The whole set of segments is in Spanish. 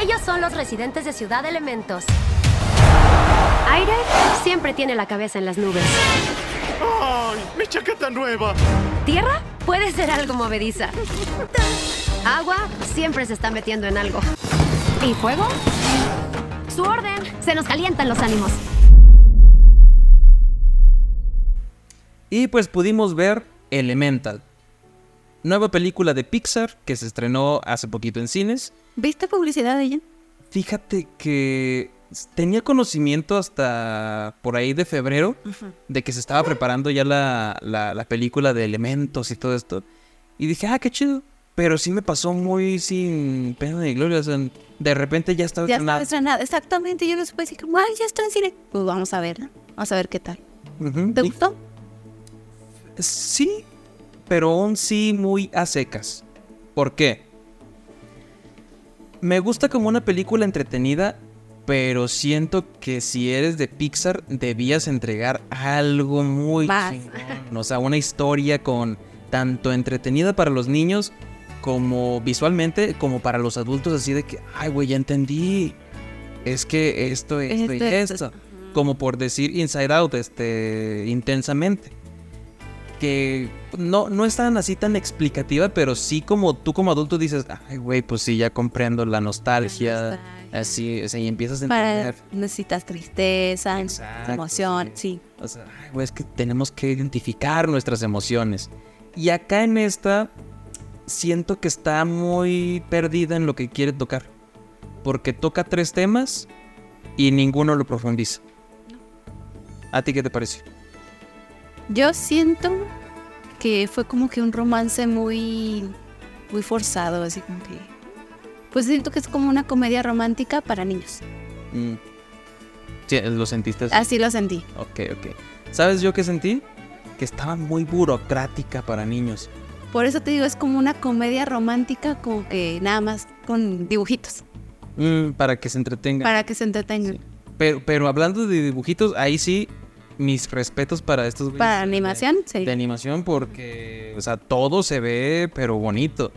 Ellos son los residentes de Ciudad Elementos. Aire siempre tiene la cabeza en las nubes. ¡Ay! ¡Mi chaqueta nueva! Tierra puede ser algo movediza. Agua siempre se está metiendo en algo. ¿Y fuego? Su orden. Se nos calientan los ánimos. Y pues pudimos ver Elemental, nueva película de Pixar que se estrenó hace poquito en cines. ¿Viste publicidad de ella? Fíjate que s- tenía conocimiento hasta por ahí de febrero de que se estaba preparando ya la, la- la película de elementos y todo esto. Y dije, ah, qué chido. Pero sí me pasó muy sin pena ni gloria. O sea, de repente ya estaba Ya estrenada. está estrenada. Exactamente, yo les puedo decir, como, ay, ya está en cine. Pues vamos a ver, ¿no? Vamos a ver qué tal. Ujú. ¿Te Y- gustó? Sí, pero un sí muy a secas. ¿Por qué? Me gusta como una película entretenida, pero siento que si eres de Pixar debías entregar algo muy Más. chingón. O sea, una historia con tanto entretenida para los niños como visualmente, como para los adultos, así de que, ay, güey, ya entendí. Es que esto, esto y Esto, esto. esto. Como por decir Inside Out, este, intensamente que no, no es tan así tan explicativa, pero sí como tú como adulto dices, ay, güey, pues sí, ya comprendo la nostalgia, nostalgia. así, o sea, y empiezas a Para, entender. necesitas tristeza, Exacto. emoción, sí. O sea, "Ay, güey, es que tenemos que identificar nuestras emociones. Y acá en esta, siento que está muy perdida en lo que quiere tocar, porque toca tres temas y ninguno lo profundiza. ¿A ti qué te pareció? Yo siento que fue como que un romance muy, muy forzado, así como que... Pues siento que es como una comedia romántica para niños. Mm. Pues Sí, lo sentiste. así? Así lo sentí. Ok, ok. ¿Sabes yo qué sentí? Que estaba muy burocrática para niños. Por eso te digo, es como una comedia romántica, como que nada más con dibujitos, Mm, para que se entretengan. para que se entretengan. Pero, pero hablando de dibujitos, ahí sí, mis respetos para estos güeyes Para de- animación, sí. De animación, porque, o sea, todo se ve, pero bonito.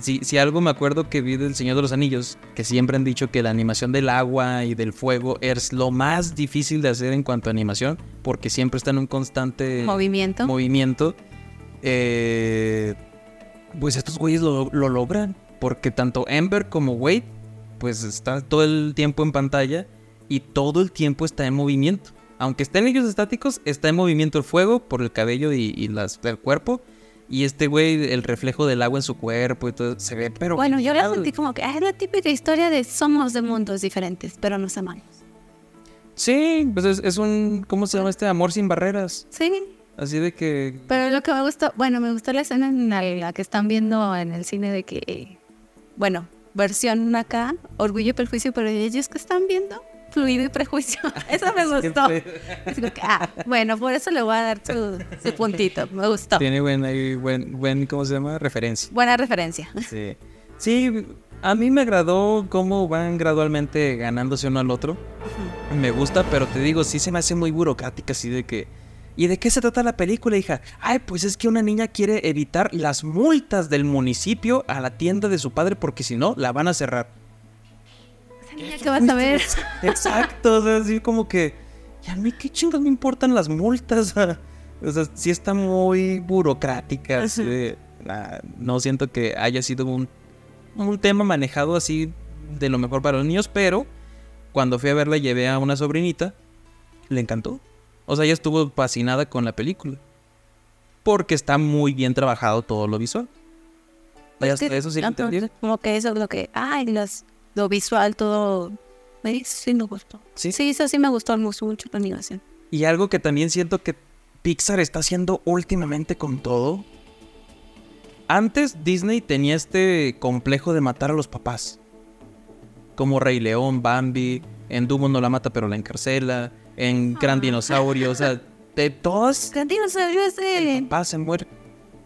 Si, si algo me acuerdo que vi del Señor de los Anillos, que siempre han dicho que la animación del agua y del fuego es lo más difícil de hacer en cuanto a animación, porque siempre está en un constante Movimiento. movimiento, eh, pues estos güeyes lo, lo logran. Porque tanto Ember como Wade, pues están todo el tiempo en pantalla y todo el tiempo está en movimiento. Aunque estén ellos estáticos, está en movimiento el fuego por el cabello y, y las del cuerpo. Y este güey, el reflejo del agua en su cuerpo y todo, se ve, pero. Bueno, yo la genial. sentí como que ah, es la típica historia de somos de mundos diferentes, pero nos amamos. Sí, pues es, es un. ¿Cómo se llama este? Amor sin barreras. Sí, Así de que. pero lo que me gustó, bueno, me gustó la escena en la, la que están viendo en el cine de que, eh, bueno, versión acá, orgullo y prejuicio, pero ellos que están viendo, fluido y prejuicio. Eso me gustó. Es como que, ah, bueno, por eso le voy a dar su, su puntito. Me gustó. Tiene buen, ahí buen, buen, ¿cómo se llama? Referencia. Buena referencia. Sí. Sí, a mí me agradó cómo van gradualmente ganándose uno al otro. Me gusta, pero te digo, sí se me hace muy burocrática, así de que. ¿Y de qué se trata la película, hija? Ay, pues es que una niña quiere evitar las multas del municipio a la tienda de su padre porque si no, la van a cerrar. ¿Qué vas a ver? Exacto, o sea, así como que. ¿Y a mí qué chingas me importan las multas? o sea, sí está muy burocrática. así de, ah, no siento que haya sido un, un tema manejado así de lo mejor para los niños, pero cuando fui a verla llevé a una sobrinita, le encantó. O sea, ella estuvo fascinada con la película. Porque está muy bien trabajado todo lo visual. Vaya, Es Pues que, eso sí lo no, entendieron. Como que eso es lo que, ay, los, lo visual, todo. me- Sí, me gustó. Sí. eso sí me gustó me gustó mucho la animación. Y algo que también siento que Pixar está haciendo últimamente con todo. Antes Disney tenía este complejo de matar a los papás. Como Rey León, Bambi, en Dumbo no la mata pero la encarcela, en Gran Dinosaurio, o sea, de todas, Cantinos, ese. el papá se muere.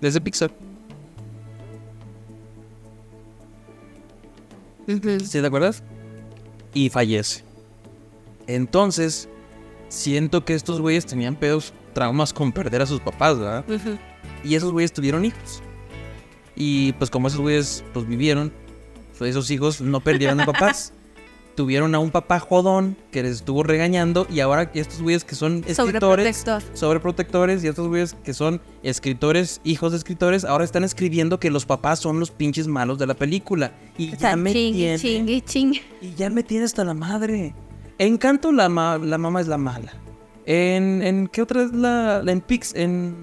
Desde Pixar. ¿Sí te acuerdas? Y fallece. Entonces, siento que estos güeyes tenían pedos, traumas con perder a sus papás, ¿verdad? Y esos güeyes tuvieron hijos. Y pues como esos güeyes pues vivieron, esos hijos no perdieron a papás. Tuvieron a un papá jodón que les estuvo regañando y ahora estos güeyes que son escritores, Sobreprotector. sobreprotectores y estos güeyes que son escritores, hijos de escritores, ahora están escribiendo que los papás son los pinches malos de la película. Y O sea, ya me tiene- chingue, chingue, chingue. y ya me tiene hasta la madre. Encanto, la, ma- la mamá es la mala. ¿En, en qué otra es la, la en Pix? En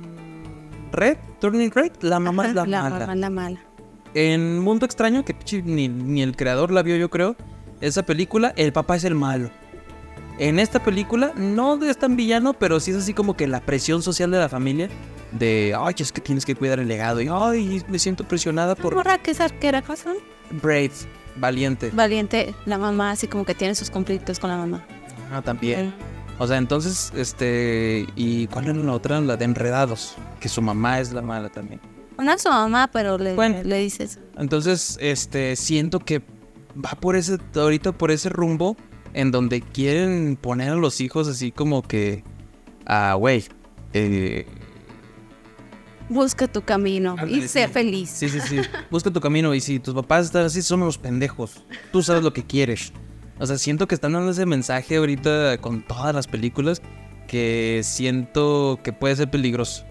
Red, Turning Red, la mamá es la, la mala. mamá es la mala. En Mundo Extraño, que pinche ni, ni el creador la vio, yo creo, esa película, el papá es el malo. En esta película, no es tan villano, pero sí es así como que la presión social de la familia. De, ay, es que tienes que cuidar el legado. Y, ay, me siento presionada Por... por Morra que es arquera, ¿cómo se llama? Brave, valiente. Valiente, la mamá así como que tiene sus conflictos con la mamá. Ah, también. O sea, entonces, este. ¿Y cuál era la otra? La de Enredados, que su mamá es la mala también. Una es su mamá, pero le, Bueno. le dices. Entonces, este, siento que va por ese, ahorita por ese rumbo en donde quieren poner a los hijos así como que, ah, güey, eh, Busca tu camino Ándale, y sé sí. feliz. sí, sí, sí, busca tu camino y si tus papás están así, son unos pendejos, tú sabes lo que quieres. O sea, siento que están dando ese mensaje ahorita con todas las películas que siento que puede ser peligroso.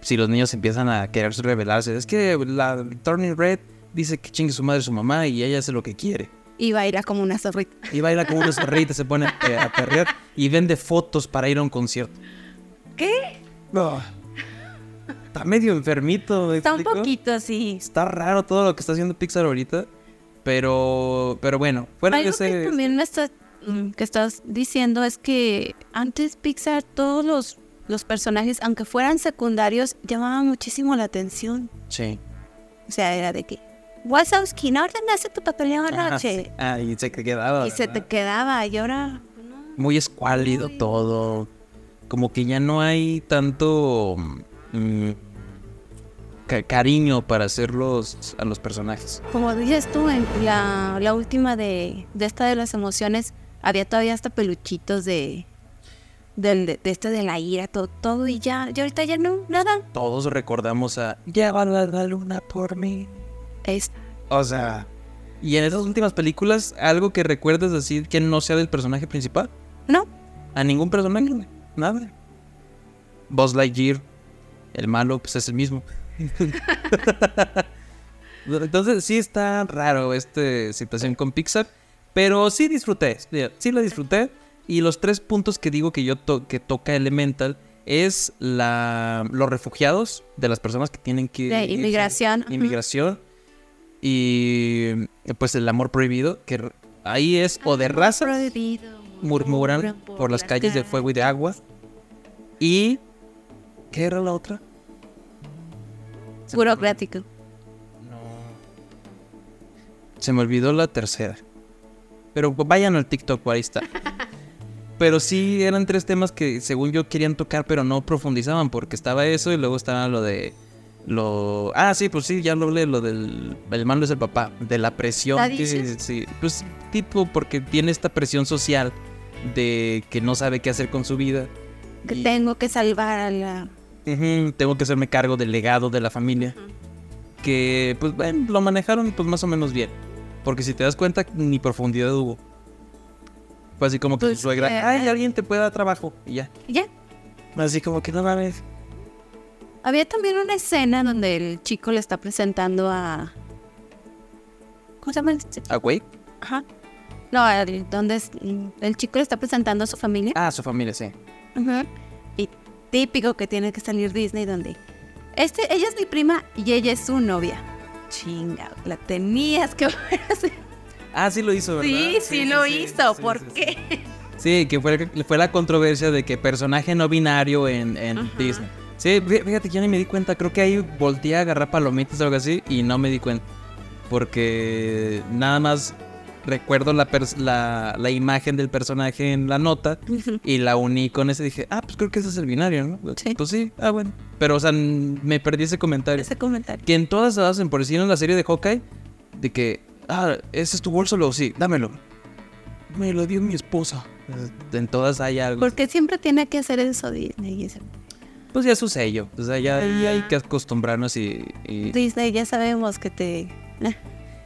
Si los niños empiezan a quererse rebelarse, es que la Turning Red dice que chingue su madre su mamá y ella hace lo que quiere. Y baila como una zorrita. Y baila como unos perritos, se pone eh, a perrear y vende fotos para ir a un concierto. ¿Qué? Ah, Está medio enfermito. ¿me Está un explico? poquito así. Está raro todo lo que está haciendo Pixar ahorita. Pero, pero bueno, fuera de Algo que ese... también me está- mm, que estás diciendo es que antes Pixar, todos los, los personajes, aunque fueran secundarios, llamaban muchísimo la atención. Sí. O sea, era de que, Wazowski, no ordenaste tu papel de Ajá, anoche. sí. Ah, y se te quedaba. y se te ¿verdad? quedaba, y ahora Muy escuálido todo. Como que ya no hay tanto mm, ca- cariño para hacerlos a los personajes. Como dices tú, en la, la última de, de esta de las emociones, había todavía hasta peluchitos de, del- de, de este de la ira, todo, todo y ya, y ahorita ya no, nada. Todos recordamos a... Llévala a la luna por mí. Es, O sea. ¿Y en esas últimas películas, algo que recuerdes así que no sea del personaje principal? no, A ningún personaje, güey. Nada. Buzz Lightyear, el malo, pues es el mismo. Entonces, sí está raro esta situación con Pixar. Pero sí disfruté, sí, sí la disfruté. Y los tres puntos que digo que yo to- que toca Elemental es la, los refugiados de las personas que tienen que... De irse. inmigración, ajá. Inmigración. Y pues el amor prohibido, que r- ahí es o de razas Ah, prohibido. murmuran por las calles de fuego y de agua. Y. ¿Qué era la otra? Burocrático. Se me olvidó la tercera. Pero vayan al TikTok, ahí está. Pero sí eran tres temas que según yo querían tocar, pero no profundizaban, porque estaba eso y luego estaba lo de. Lo... Ah, sí, pues sí, ya lo hablé, lo del... El malo es el papá, de la presión. ¿La Sí, sí, dices? sí. Pues tipo, porque tiene esta presión social de que no sabe qué hacer con su vida. Que Y- tengo que salvar a la. Ujú, tengo que hacerme cargo del legado de la familia. Que, pues, bueno, lo manejaron pues más o menos bien. Porque si te das cuenta, ni profundidad hubo. Fue así como que Pues, su suegra, eh, ay, alguien te puede dar trabajo. Y ya. Ya. Así como que no mames. Había también una escena donde el chico le está presentando a. ¿Cómo se llama? el ch- ¿A Wake? Ajá. No, el- donde es- el chico le está presentando a su familia. Ah, su familia, sí. Ajá. Y típico que tiene que salir Disney donde este, ella es mi prima y ella es su novia. Chinga, la tenías que ver así. Ah, sí lo hizo, ¿verdad? Sí, sí, lo hizo. sí, ¿Por sí, qué? Sí, Sí, que fue, fue la controversia de que personaje no binario en, en Disney. Sí, fí- fíjate, que yo ni me di cuenta. Creo que ahí volteé a agarrar palomitas o algo así y no me di cuenta. Porque nada más recuerdo la, pers- la, la imagen del personaje en la nota y la uní con ese. Dije, ah, pues creo que ese es el binario, ¿no? Sí. Pues sí, ah, bueno. Pero, o sea, n- me perdí ese comentario Ese comentario. que en todas las hacen, por decirlo en la serie de Hawkeye, de que, ah, ¿ese es tu bolso? Luego sí, dámelo. Me lo dio mi esposa. En todas hay algo. Porque siempre tiene que hacer eso Disney. Y ese- Pues ya es su sello. O sea, ya, ya hay que acostumbrarnos y, y, Disney ya sabemos que te...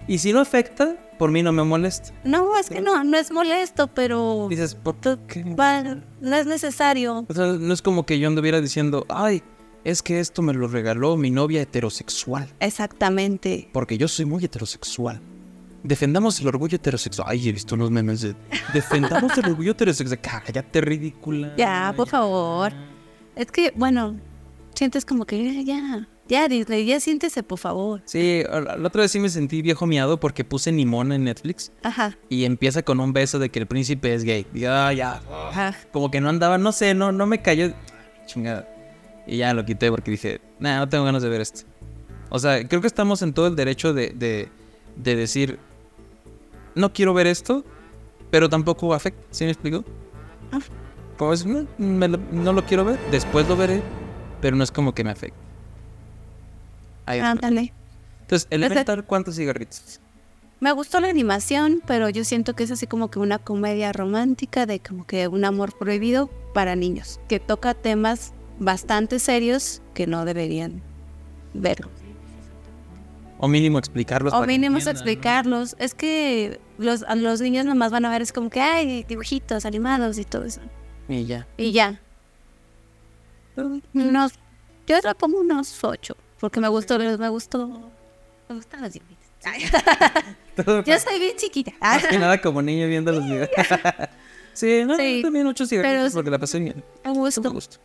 y Y si no afecta, por mí no me molesta. eh, No, es que no, no es molesto, pero Dices, ¿por tú- qué? va- no es necesario. O sea, no es como que yo anduviera diciendo, ay, es que esto me lo regaló mi novia heterosexual. Exactamente. Porque yo soy muy heterosexual. Defendamos el orgullo heterosexual. Ay, he visto unos memes de... Defendamos el orgullo heterosexual. Cállate, ridícula. Ya, por favor. Es que, bueno, sientes como que ya, ya Disney, ya siéntese, por favor. Sí, la la otra vez sí me sentí viejo miado porque puse Nimón en Netflix Ajá, y empieza con un beso de que el príncipe es gay. Y, ah, ya. ajá. Como que no andaba, no sé, no, no me cayó. Chingada. Y ya lo quité porque dije, nah, no tengo ganas de ver esto. O sea, creo que estamos en todo el derecho de, de, de decir, no quiero ver esto, pero tampoco afecta. ¿Sí me explico? Ah. Como es, no, me lo- no lo quiero ver, después lo veré, pero no es como que me afecte. Ahí está. Ándale. Entonces, Ese- Elemental, ¿cuántos cigarritos? Me gustó la animación, pero yo siento que es así como que una comedia romántica de como que un amor prohibido para niños, que toca temas bastante serios que no deberían ver. O mínimo explicarlos. O para que mínimo es entiendan, ¿no? explicarlos. Es que los, a los niños nomás van a ver, es como que hay dibujitos animados y todo eso. Y ya. Y ya. Unos, yo le pongo unos ocho, porque me gustó, me gustó, me gustan los dibujitos. Todo Yo soy bien chiquita. Más que nada como niño viendo los videos. sí, no, Sí, también ocho cigarritos pero- porque la pasé bien. A Estuvo a gusto gusto.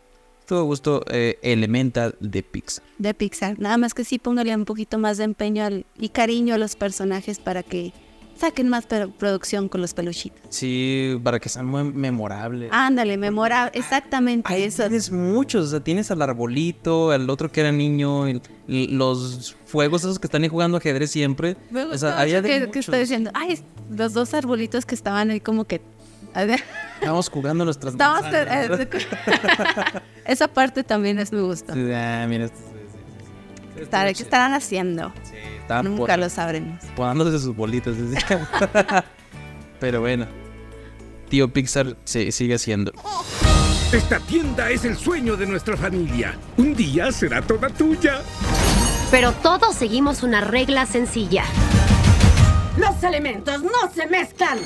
Estuvo a gusto eh, Elemental de Pixar. de Pixar. Nada más que sí póngale un poquito más de empeño al- y cariño a los personajes para que saquen más pro- producción con los peluchitos. Sí, para que sean muy memorables. Ándale, memorable. Exactamente Ay, eso. tienes muchos, o sea, tienes al arbolito, al otro que era niño, el- los fuegos esos que están ahí jugando ajedrez siempre. Me O gustó sea, había que, de que estoy muchos. diciendo, ay, los dos arbolitos que estaban ahí como que... a ver, Estábamos jugando nuestras Estabas... manzanas, eh, ¿verdad? esa parte también es me gusta. Sí, ah, mira, esto- Estar- ¿Qué estarán haciendo? sí, estaban Nunca por- lo sabremos. podándose sus bolitas. decía. Pero bueno, tío Pixar se sigue siendo. Esta tienda es el sueño de nuestra familia. Un día será toda tuya. Pero todos seguimos una regla sencilla. Los elementos no se mezclan.